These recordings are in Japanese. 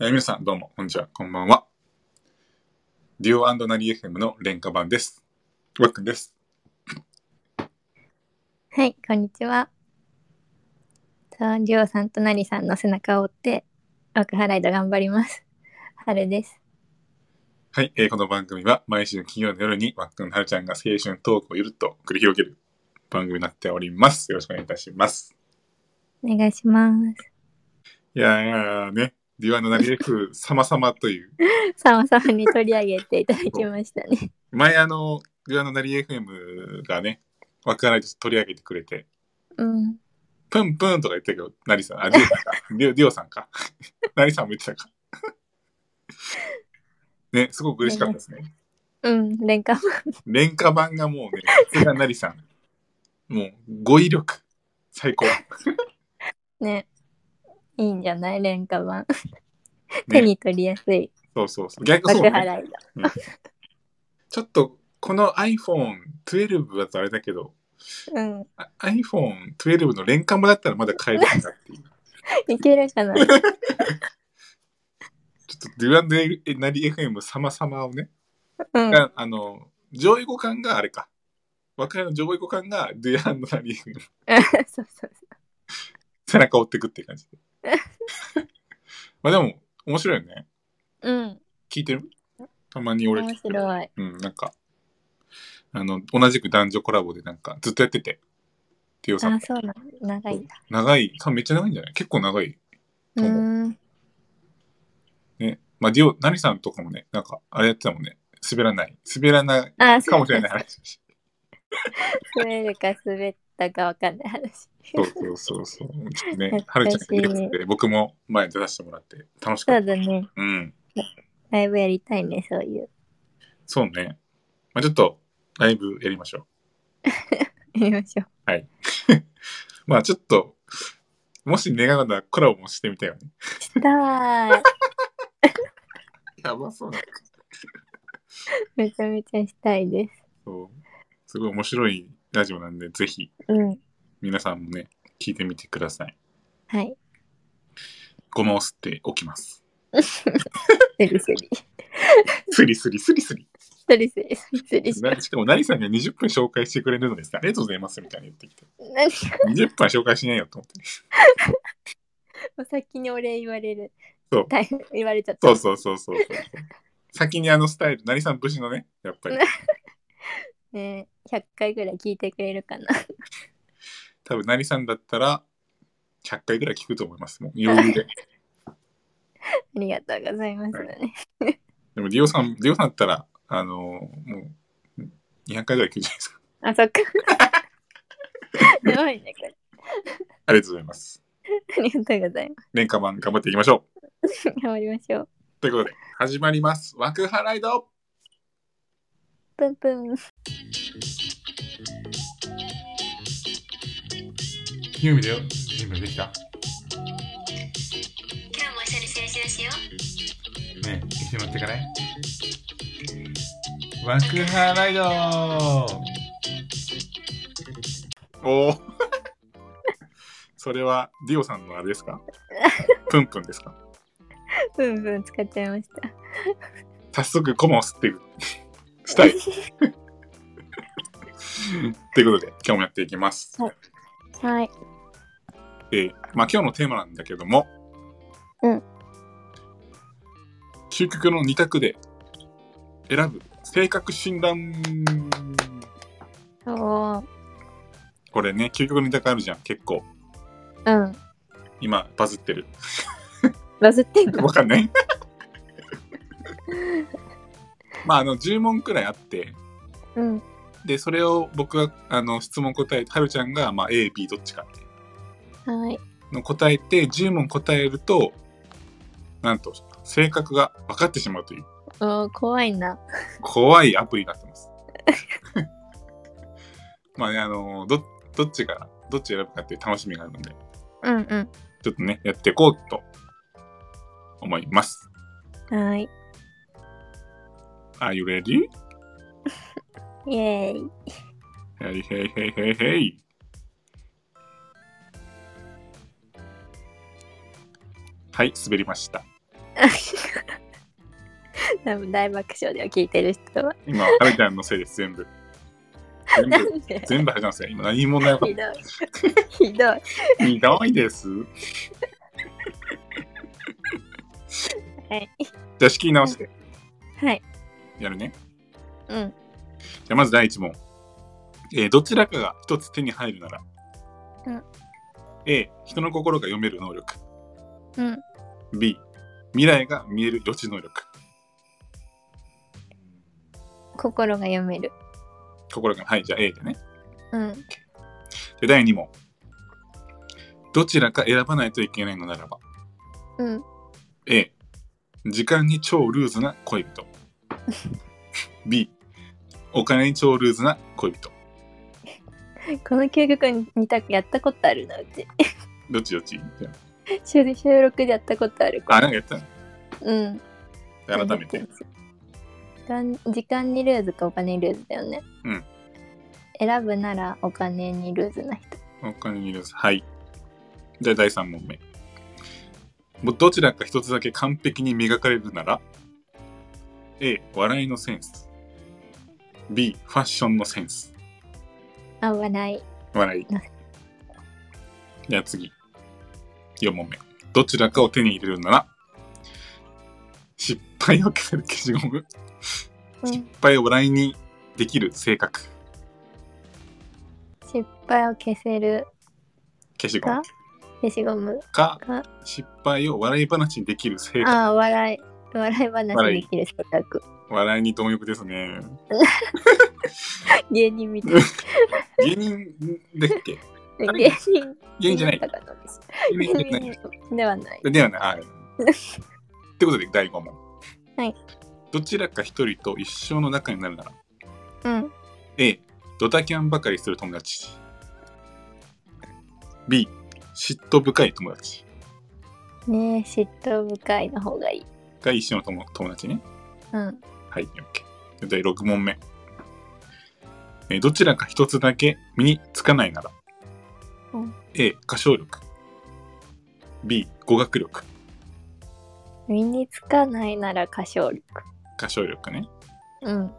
えー皆さん、どうも、こんにちは、こんばんは。デュオナリ FM の廉価版です。わっくんです。はい、こんにちは。さあ、りょうさんとなりさんの背中を追って、ワークハライド頑張ります。はるです。はい、えーこの番組は毎週金曜の夜にわっくん、はるちゃんが青春トークをゆるっと繰り広げる番組になっております。よろしくお願いいたします。お願いします。いやーいやーね、デュオナリ F 様々という、さまさまに取り上げていただきました ね。前あの、デュオナリ FM がね、わっくんらいと取り上げてくれて、うん。プンプンとか言ってたけど、なりさん、あ、デュオさん か。デュオデュオさんか。なりさんも言ってたか。ね、すごく嬉しかったですね。うん、連歌も。廉価版がもうね、さすがなりさん。もう、語彙力、最高。ね。いいんじゃない連歌版。手ね、に取りやすい。そうそうそう。逆ワそう、ークハね、ライド。ちょっと、この iPhone12 だとあれだけど、うん。あ iPhone12 の廉価版だったらまだ買えるんだっていう。いける かなちょっと、デュアンデナリ FM 様々をね、うん。 があの、上位互換があれか。若いの上位互換がデュアンナリ FM そうそう 背中を追ってくっていう感 じで。まあでも、面白いよね。そう。うん。聞いてるたまに俺聞面いてる白い。うん、なんか、あの、同じく男女コラボでなんか、ずっとやってて。っていうさあ、ん、そうなん長いんだ。長い、多分めっちゃ長いんじゃない結構長い。うーん。ね。まあ、ディオ、ナリさんとかもね、なんか、あれやってたもんね。滑らない。滑らないあ、そかうもしれない話。 滑るか滑ったかわかんない話。そうそうそうそう。ちょっとね、は懐るかちしゃいんがいるっつって、僕も前に出させてもらって、楽しかそっうだね。た。うん。ライブやりたいね、そういう。そうね。まあ、ちょっと、ライブやりましょう。やりましょう。まあ、ちょっと、もし願うならコラボもしてみたいよね。したーい。やばそうだめちゃめちゃしたいです。そう。すごい面白いラジオなんで、ぜひうん。皆さんもね、聞いてみてください。はい。ごまを吸っておきます。スリスリ。スリスリスリスリ。スリスリ、スリスリしなしかも、何さんが20分紹介してくれるのです。ありがとうございます。みたいに言ってきて。何20分は紹介しないよと思って。お先にお礼言われる。そう大変言われちゃった。そうそうそうそうそう。先にあのスタイル、何さん節のね、やっ ぱり。ね100回ぐらい聞いてくれるかな。 多分、何さんだったら、100回ぐらい聞くと思います。もう余裕で。ありがとうございますはね。でも、ディオさん、ディオさんだったら、あのもう、200回ぐらい聞くじゃないですか。 あ、そっか。すごいね、これ。ありがとうございます。ありがとうございま廉価版頑張っていきましょう。す。頑張りましょう。ということで、始まります。ワクハライドプンプン。ユーミだよ。準備できた今日も一緒に青春しようねえ、一緒に乗ってかないワクハライドおお。 それは、ディオさんのあれですかプンプンですかプンプン使っちゃいました。早速、コマを吸っていく。したい。ということで、今日もやっていきます。はい はい。えーまあ、今日のテーマなんだけども、うん究極の二択で選ぶ性格診断おー。これね究極の二択あるじゃん結構うん。今バズってる バズってんのわかんない まああの10問くらいあってうん。でそれを僕があの質問答えてはるちゃんが、まあ、AB どっちかってはい。の答えて10問答えるとなんと性格が分かってしまうというおー、怖いな。怖いアプリになってます。 まあね、あのど、どっちが、どっち選ぶかっていう楽しみがあるので、うんうん。ちょっとね、やっていこうと思います。はい。 Are you ready? イエーイ。 Hey, hey, hey, hey, hey. はい、滑りました。多分大爆笑では聞いてる人は。今、はるちゃんのせいです、全部。全な部、んで全部はるちゃんのせい。今、何もない。 ひどい。ひどい。ひどいです。はい。じゃあ、仕切り直してはい。やるね。うん。じゃあ、まず第一問。えーどちらかが一つ手に入るなら。うん。 A、人の心が読める能力。うん。 B、未来が見える予知能力。心が読める。心が、はい、じゃあ A でね。うん。で、第2問。どちらか選ばないといけないのならば。うん。 A、時間に超ルーズな恋人。B、お金に超ルーズな恋人。この究極に似たくやったことあるな、うち。どっちどっちじゃ収収録でやったことあるあ、あかなら。んかやってうん。たの改めて。。時間時間にルーズかお金にルーズだよね。うん。選ぶならお金にルーズな人。お金にルーズ。はい。じゃあ第3問目。もうどちらか一つだけ完璧に磨かれるなら A、笑いのセンス。B、ファッションのセンス。あ、笑い。笑い。じゃあ次。4問目。どちらかを手に入れるなら、失敗を消せる消しゴム。うん。失敗を笑いにできる性格。失敗を消せる消しゴムか消しゴムか、か。失敗を笑い話にできる性格。あ、笑い。笑い話できる性格。笑いに貪欲ですね。芸人みたい芸人ですっけな。誰芸人。芸人じゃないだ。からなんです芸人じゃない。ではない。では ない。あってことで第5問。はい。どちらか一人と一生の仲になるなら、うん。 A、ドタキャンばかりする友達。B、嫉妬深い友達ねえ、嫉妬深いの方がいい。が一緒の友友達ね。うん。はい、OK。第6問目。えーどちらか一つだけ身につかないなら、うん A、歌唱力。B、語学力。身につかないなら歌唱力。歌唱力ね。うん。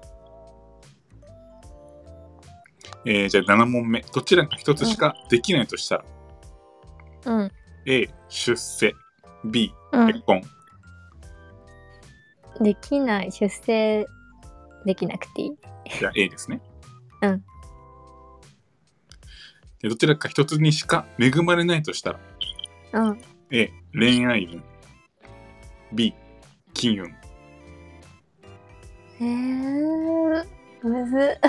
えーじゃあ7問目。どちらか一つしかできないとしたら、うん。 A、出世。B、う結ん。婚。できない。出世できなくていい。じゃあ A ですね。うん。でどちらか一つにしか恵まれないとしたら、うん。 A、恋愛運。B、金運。えー、むずっ。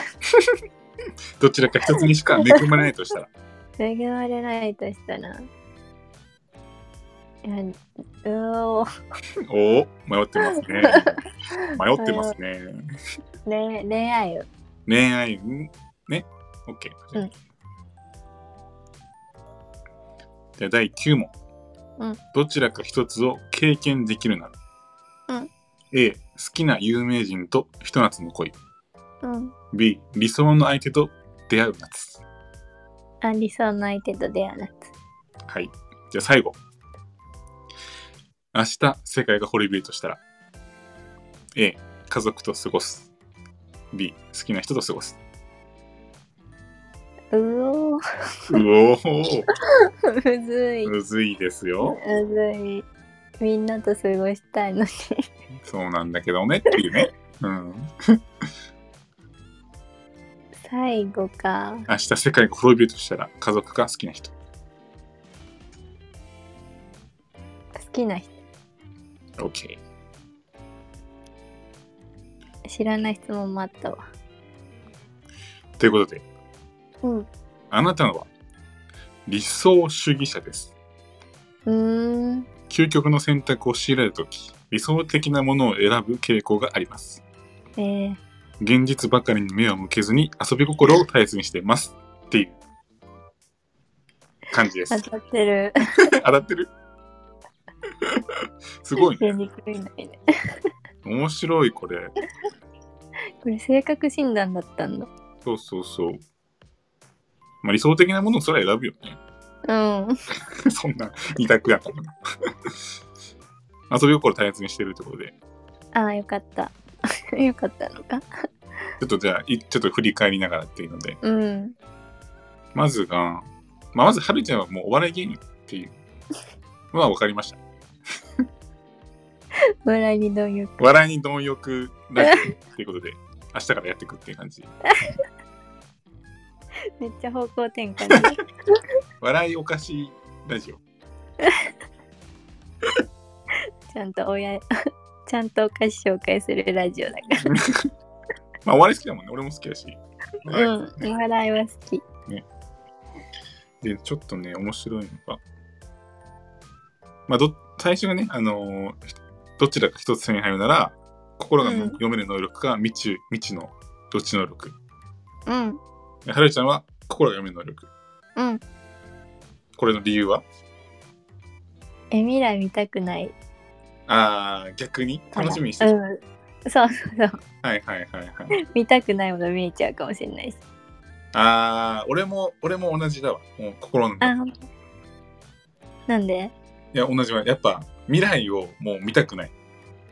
どちらか一つにしか恵まれないとしたら、恵まれないとしたら。いや、うおーおお、迷ってます ね。迷ってますね。恋恋愛を。恋愛運、ね。OK。うんじゃあ第9問。うんどちらか一つを経験できるなら、うん A、好きな有名人とひと夏の恋。うん。 B、理想の相手と出会う夏。あ、理想の相手と出会うなはい。じゃあ最後。明日、世界が滅びるとしたら。A、家族と過ごす。B、好きな人と過ごす。うおーうおー、むずい。むずいですよ。むずい。みんなと過ごしたいのに。そうなんだけどねっていうね。うん。最後か。明日、世界が滅びるとしたら、家族が好きな人。好きな人。 OK。知らない質問もあったわ。ということで、うん。うあなたは理想主義者です。ーん。究極の選択を強いられるとき、理想的なものを選ぶ傾向があります。えー、現実ばかりに目を向けずに遊び心を大切にしてますっていう感じです。当たって る。当たってるすごいね。全に狂いないね。面白いこれ。これ性格診断だったんだ。そうそうそう。まあ、理想的なものをそれは選ぶよね。 うん。そんな二択やったもんな。 遊び心大切にしてるってことで、ああ、よか った。よかったのか。ちょっとじゃあ、いちょっと振り返りながらっていうので、うん。まずが、まあ、まず、はるちゃんはもうお笑い芸人っていうのは分かりました。笑いに貪欲。笑いに貪欲ラジオっていうこと で、明日からやっていくっていう感じ。めっちゃ方向転換だね。 笑いおかしいラジオ。 ちゃんと親、 ちゃんとお菓子紹介するラジオだかまあ、お笑い好きだもんね。俺も好きだし。ら。うん。お笑いは好き。で、ちょっとね、面白いのが、まあ、ど、最初がね、あのーひどちらか一つ手に入るなら、心がうん読める能力か、未知、未知のどっち能力。うん。ではるちゃんは、心が読める能力。うん。これの理由はえ、未来見たくないあー、逆にから。楽しみにしてうる。ん。そう そうそう。はいはいはいはい。見たくないもの見えちゃうかもしれないし。あー、俺も、俺も同じだわ。もう心の中あ、ほんとなんでいや、同じわ。やっぱ、未来をもう見たくない。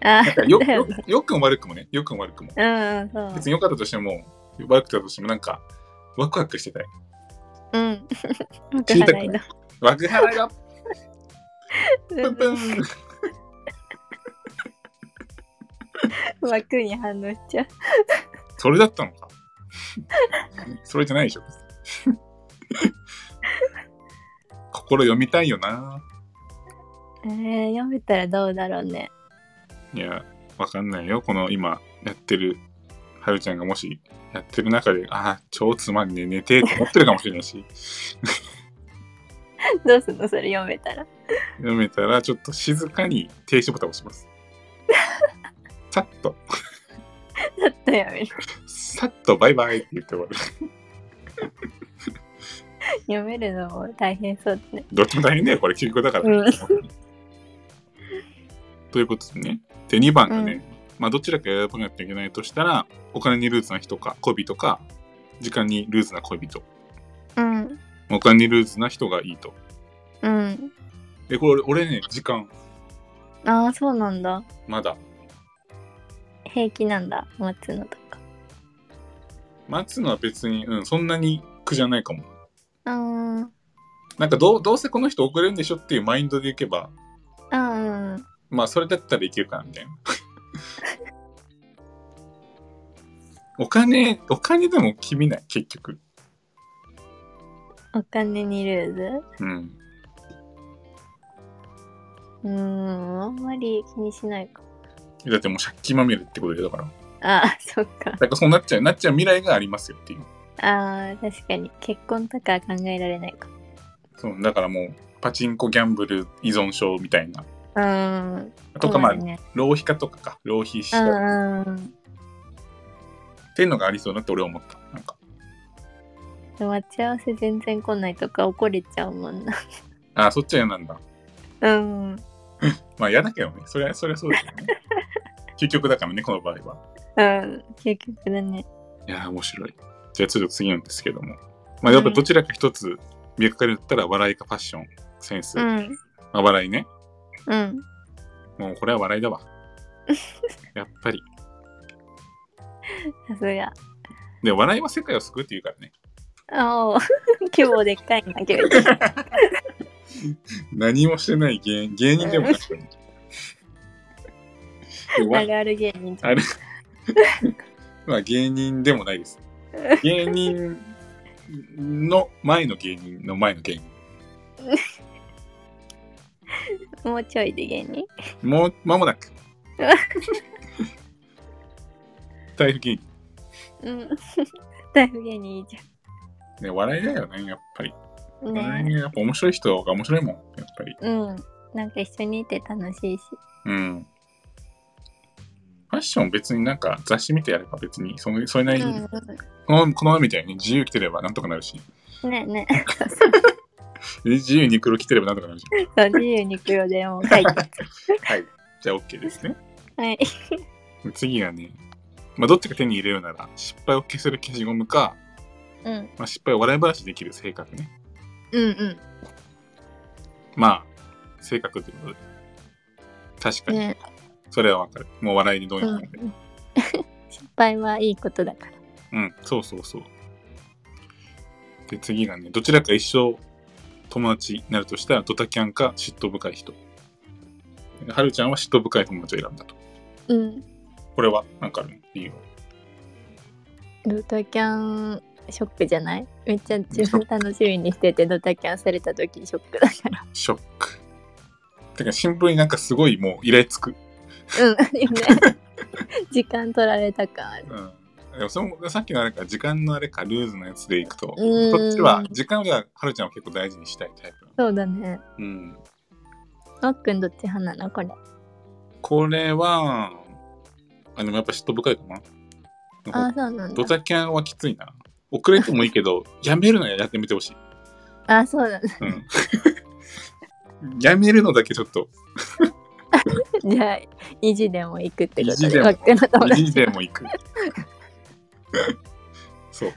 あなんかよ だよよねよくも悪くもね、よくも悪くも。うんうん、そう。別に良かったとしても、悪くてたとしても、なんか、ワクワクしてたい。うん。知りたくないワクハラ がプンプン枠に反応しちゃう。それだったのか。 それじゃないでしょ。 心読みたいよな。えー、読めたらどうだろうね。いや、わかんないよ。この今やってる、はるちゃんがもしやってる中で、ああ、超つまんねえ、寝てえって思ってるかもしれないし、どうすんのそれ読めたら。 読めたらちょっと静かに停止ボタン押します。 さっと、ちょっとやめる。さっとバイバイって言って終わる。 読めるのも大変そうだね。どっちも大変だよ、これ、究極だから。うん ということでね。で、2番がね、まあ、どちらか選ばなきゃいけないとしたら、お金にルーズな人か、恋人か、時間にルーズな恋人。うん。お金にルーズな人がいいと。うん。で、これ、俺ね、時間、ああ、そうなんだ。まだ。平気なんだ。待つのとか。待つのは別に、うん、そんなに苦じゃないかも。うーん。うんなんかどう、どうせこの人遅れるんでしょっていうマインドでいけば、うん。まあ、それだったらいけるかな、みたいな。 お金、お金でも決めない、結局。お金にルーズうん。うーん。あんまり気にしないか。だってもう借金まみれってことでだから。だああ、 そっか。からそうなっちゃう、なっちゃう未来がありますよっていう。ああ、確かに。結婚とかは考えられないか。そう、だからもう、パチンコギャンブル依存症みたいな。うーん。とかまあそうだ、ね浪費家とかか、浪費しうたっんうんていうのがありそうだって俺は思った。なんか、うん。待ち合わせ全然来ないとか怒れちゃうもんな。ああ、そっちは嫌なんだ。うん。まあ嫌だけどね。それは、それはそうですよ ね。究極だからね、この場合は。うん。結局だね。いやー、面白い。じゃあ、ちょっと次なんですけども。まあ、やっぱどちらか一つ見かかれたら、笑いかファッション、センス。まん。あ、笑いね。うん。もうこれは笑いだわ。 やっぱり。さすが。で、笑いは世界を救うって言うからね。おお。 規模でっかいな、けど。何もしてない芸芸人でも確かに。であわるある芸人。あれまあ芸人でもないです。芸人の前の芸人の前の芸人。もうちょいで芸人。もう間もなく。台風芸人。うん。 だいぶ芸人いいじね、笑いだよね、やっぱり。ゃん。笑ねいがやっぱ面白い人が面白いもん、やっぱり。うん。なんか一緒にいて楽しいし。うん。ファッション別になんか雑誌見てやれば別にそのそれなりに、このこの前みたいに自由着てればなんとかなるし、うん。ねね。自由に黒着てればなんとかなるし、そう、自由に黒でもう書いて。はい。じゃあ OK ですね。はい。次がね、まあ、どっちか手に入れるなら失敗を消せる消しゴムか、うん。まあ、失敗を笑い話できる性格ね。うんうん。まあ、性格ってことで。確かに、ね、それはわかる。もう笑いにどうにうかなんる。、失敗はいいことだから。うん、そうそうそう。で、次がね、どちらか一生友達になるとしたら、ドタキャンか嫉妬深い人。はるちゃんは嫉妬深い友達を選んだと。うん。これは、なんかある理由はドタキャンショックじゃないめっちゃ自分楽しみにしててドタキャンされた時ショックだから。ショック。てか、シンプルになんかすごいもう、イラつく。うん。よね。時間取られた感ある。うん。でもそれもさっきのあれか、時間のあれか、ルーズのやつでいくと、こうんっちは、時間がはるちゃんは結構大事にしたいタイプなの。そうだね。うん。あっくんどっち派なのこれ。これは、あ、でもやっぱ嫉妬深いかな。ああ、そうなんドだ。タキャンはきついな。遅れてもいいけ ど、やめるのはやってみてほしい。ああ、そうなんだ。うん。 やめるのだけちょっと、じゃあ、意地でも行くって意こと地であっくんの友も、意達地でも行 く。そう。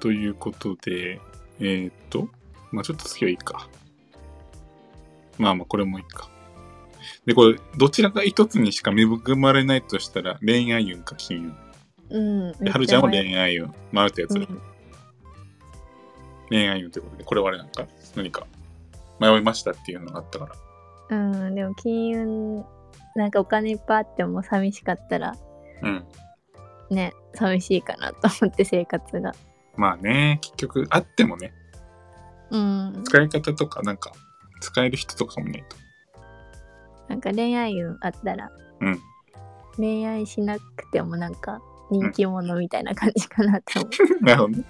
ということで、えー、っと、まあちょっと次はいいか。まあまあこれもいいか。で、これ、どちらか一つにしか恵まれないとしたら、恋愛運か金運。うん。ではるちゃんもめっ恋愛運。まああるってやつちゃだ迷う。うん恋愛運ということで、これはあれなんか、何か迷いましたっていうのがあったから。うん、でも金運なんかお金いっぱいあっても寂しかったらうん。ね寂しいかなと思って生活がまあね、結局、あってもね、うん使い方とか、なんか、使える人とかもいないと。 なんか恋愛運あったらうん。恋愛しなくてもなんか人気者みたいな感じかなって 思う、なるほどね。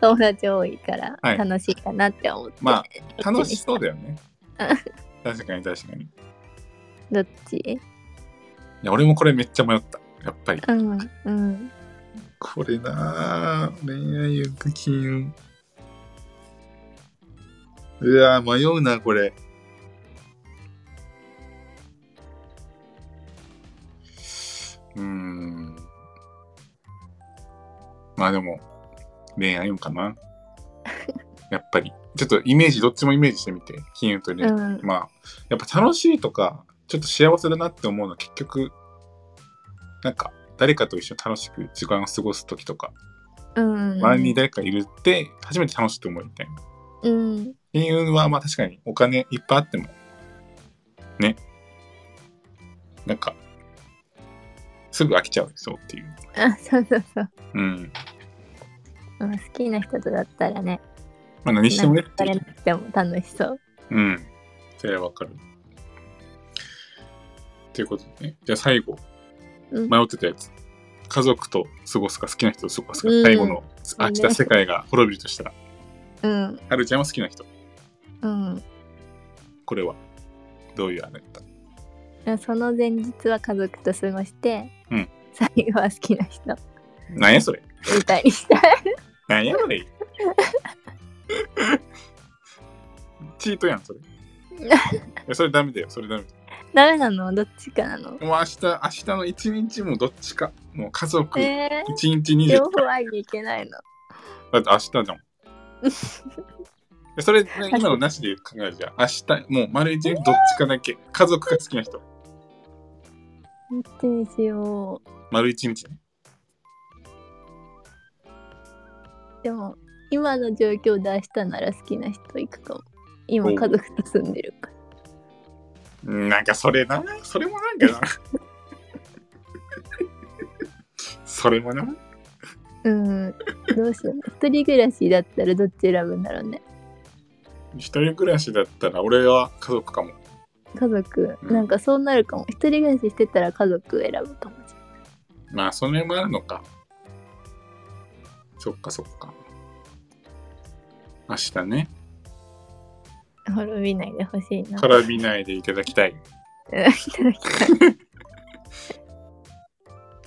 友達多いからはい楽しいかなって思って、まあ、楽しそうだよ ね。確かに確かに。い どっちや、俺もこれめっちゃ迷った。やっぱり。うんうんこれなあ恋愛運か金運。うわぁ、迷うな、これ。うーん。まあでも、恋愛運かな。やっぱり。ちょっとイメージ、どっちもイメージしてみて。金運と恋う愛。んまあ、やっぱ楽しいとか、ちょっと幸せだなって思うのは結局、なんか、誰かと一緒に楽しく時間を過ごす時とか、うん周りに誰かいるって、初めて楽しいと思うみたいな。っうんていうのは、まあ確かにお金いっぱいあっても、ね。なんか、すぐ飽きちゃうそうっていう。あそうそうそう、うん。まあ、好きな人とだったらねまあ何してもねなんか疲れなくても楽しそううん。それはわかる。ということでね。じゃあ最後、うん迷ってたやつ。家族と過ごすか好きな人と過ごすか、うん最後のう飽ねきた世界が滅びるとしたら、うんはるちゃんは好きな人。うんこれは、どういうあれだったその前日は家族と過ごして、うん最後は好きな人なんやそれみたいにしたいなんやそれチートやん、そ れ。いやそれダメだよ、それダメだよ。 ダメなのどっちかなのもう明日、明日の一日もどっちか。もう家族、一え日ー、 20両方会いに行けないのだって明日じゃん。えそれ、ね、今のなしで考えるじゃん。明日、もう丸一日どっちかだけ。家族が好きな人。どっちにしよう丸一日ね。でも今の状況で明日なら好きな人行くかも今おう家族と住んでるからなんかそれな。それもなんかな。それもな。うんどうし よう一人暮らしだったらどっち選ぶんだろうね一人暮らしだったら俺は家族かも。家族うんなんかそうなるかも一人暮らししてたら家族選ぶかもしれないまあ、それもあるのか。そっかそっか。明日ね、滅びないでほしいなから見ないでいただきたい。うんいただきたい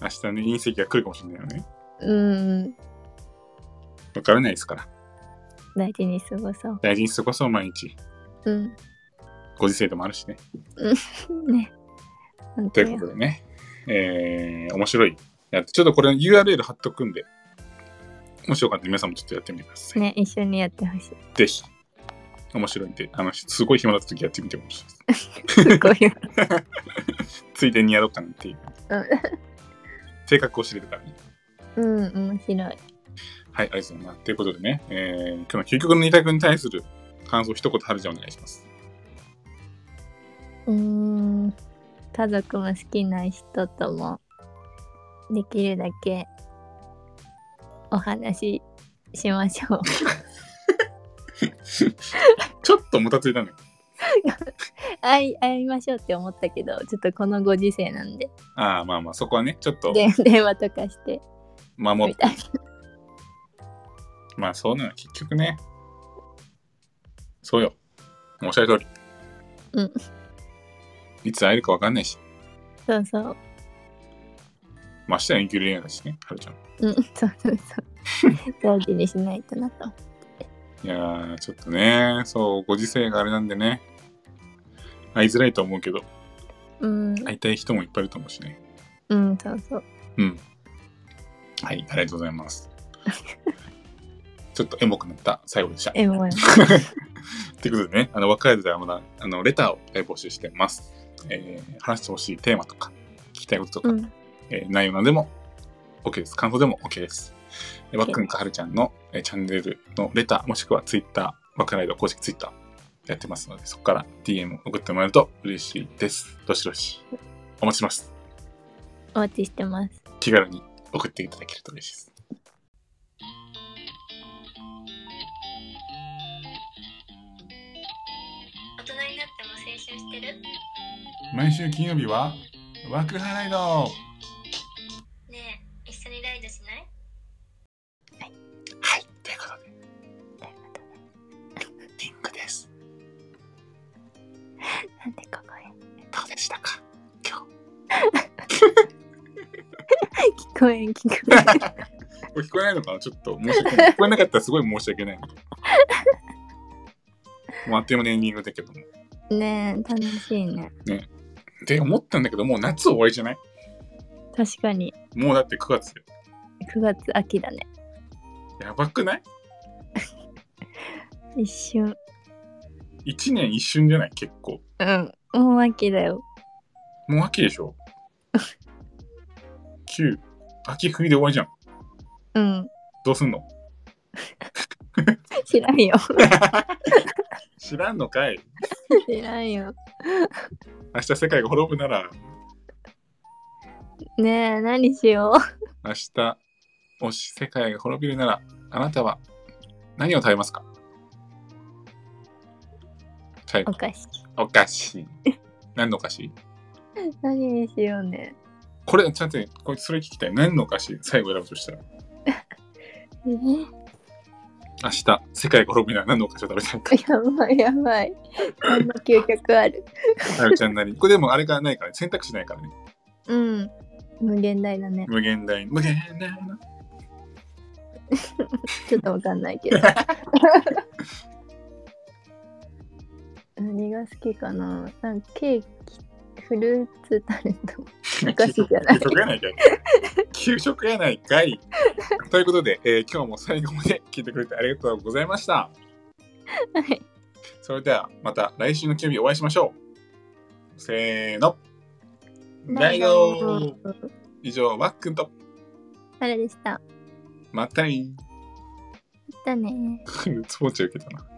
明日ね、隕石が来るかもしれないよね。うんわからないですから。大事に過ごそう大事に過ごそう、毎日。うんご時世でもあるしね。ね。本と当いうよことでね、えー、面白いやつ。ちょっとこれ URL 貼っとくんで、もしよかったら皆さんもちょっとやってみてください。ね、一緒にやってほしい。ぜひ。面白いんで、あの、すごい暇だった時やってみても面白いです。すごい。 ついでにやろうかなっていう。性格を知れるからね。うん、面白い。はい、ありがとうございます。ということでね、えー、今日の究極の二択に対する感想を一言はるちゃんお願いし ます。うーん、家族も好きな人とも、できるだけ、お話ししましょう。 ちょっともたついたのよ。会い、会いましょうって思ったけど、ちょっとこのご時世なんで、ああ、まあまあ、そこはね、ちょっとで 電話とかして、守みる。たいまあ、そうなの、結局ね。そうよ。もうおっしゃる通り。うん。いつ会えるかわかんないし、な。そうそう。まあ、明日は遠距離恋愛だしね、はるちゃん。うん、そう そうそう。大事にしないとなと。いやー、ちょっとね、そう、ご時世があれなんでね、会いづらいと思うけど、うん、会いたい人もいっぱいいると思うしね。うん、そうそう。うん。はい、ありがとうございます。 ちょっとエモくなった最後でした。え、もう、ということでね、あの、若い間ではまだ、あの、レターをえー募集してます。えー話してほしいテーマとか、聞きたいこととか、うん、えー内容なんでも OK です。感想でも OK です。えーわっくんかはるちゃんの、えーチャンネルのレター、もしくはツイッター、わっくんライド公式ツイッターやってますので、そこから DM 送ってもらえると嬉しいです。どしどしお待ちしてます。お待ちしてます。気軽に送っていただけると嬉しいです。大人になっても青春してる毎週金曜日は、ワクハライドねえ一緒にライドしないはい、ということで、リンクです。なんでここへどうでしたか今日。聞こえん、聞ここれ聞こえないのかなちょっと申し訳ない。聞こえなかったらすごい申し訳ない。もうあっという間にエンディングだけども。えん。ねえ、楽しいね。で、思ったんだけど、もう夏終わりじゃない確かに、もうだって9月よ。 9月秋だね。やばくない一瞬。 ?1 年一瞬じゃない結構。うん、もう秋だよ。もう秋でしょ ?9。秋冬で終わりじゃん。うん、どうすんの知らんよ。知らんのかい知らんよ。明日世界が滅ぶなら、ねえ、何しよ明日、もし世界が滅びるなら、あなたは何を食べますか最う。後お。かしい。お菓子。何のお菓子何にしようね。これ、ちゃんとね、これそれ聞きたい。何のお菓子最後選ぶとしたら。え明日、世界が滅びるなら何のお菓子を食べたい か。やばいやばい。こんな究極ある。はるちゃんなりに。これでもあれがないからね。選択肢ないからね。うん。無限大だね。無限大。無限大の。ちょっとわかんない けど。何が好きかななんかケーキ、フルーツタルト。お菓子じゃない給食やないかい。給食やないかい。ということで、えー今日も最後まで聞いてくれてありがとうございました。はい。それではまた来週の金曜日お会いしましょう。せーの。ライド以上、ワックンと、あれでした。またね。 だね。ツボーチ受けたな。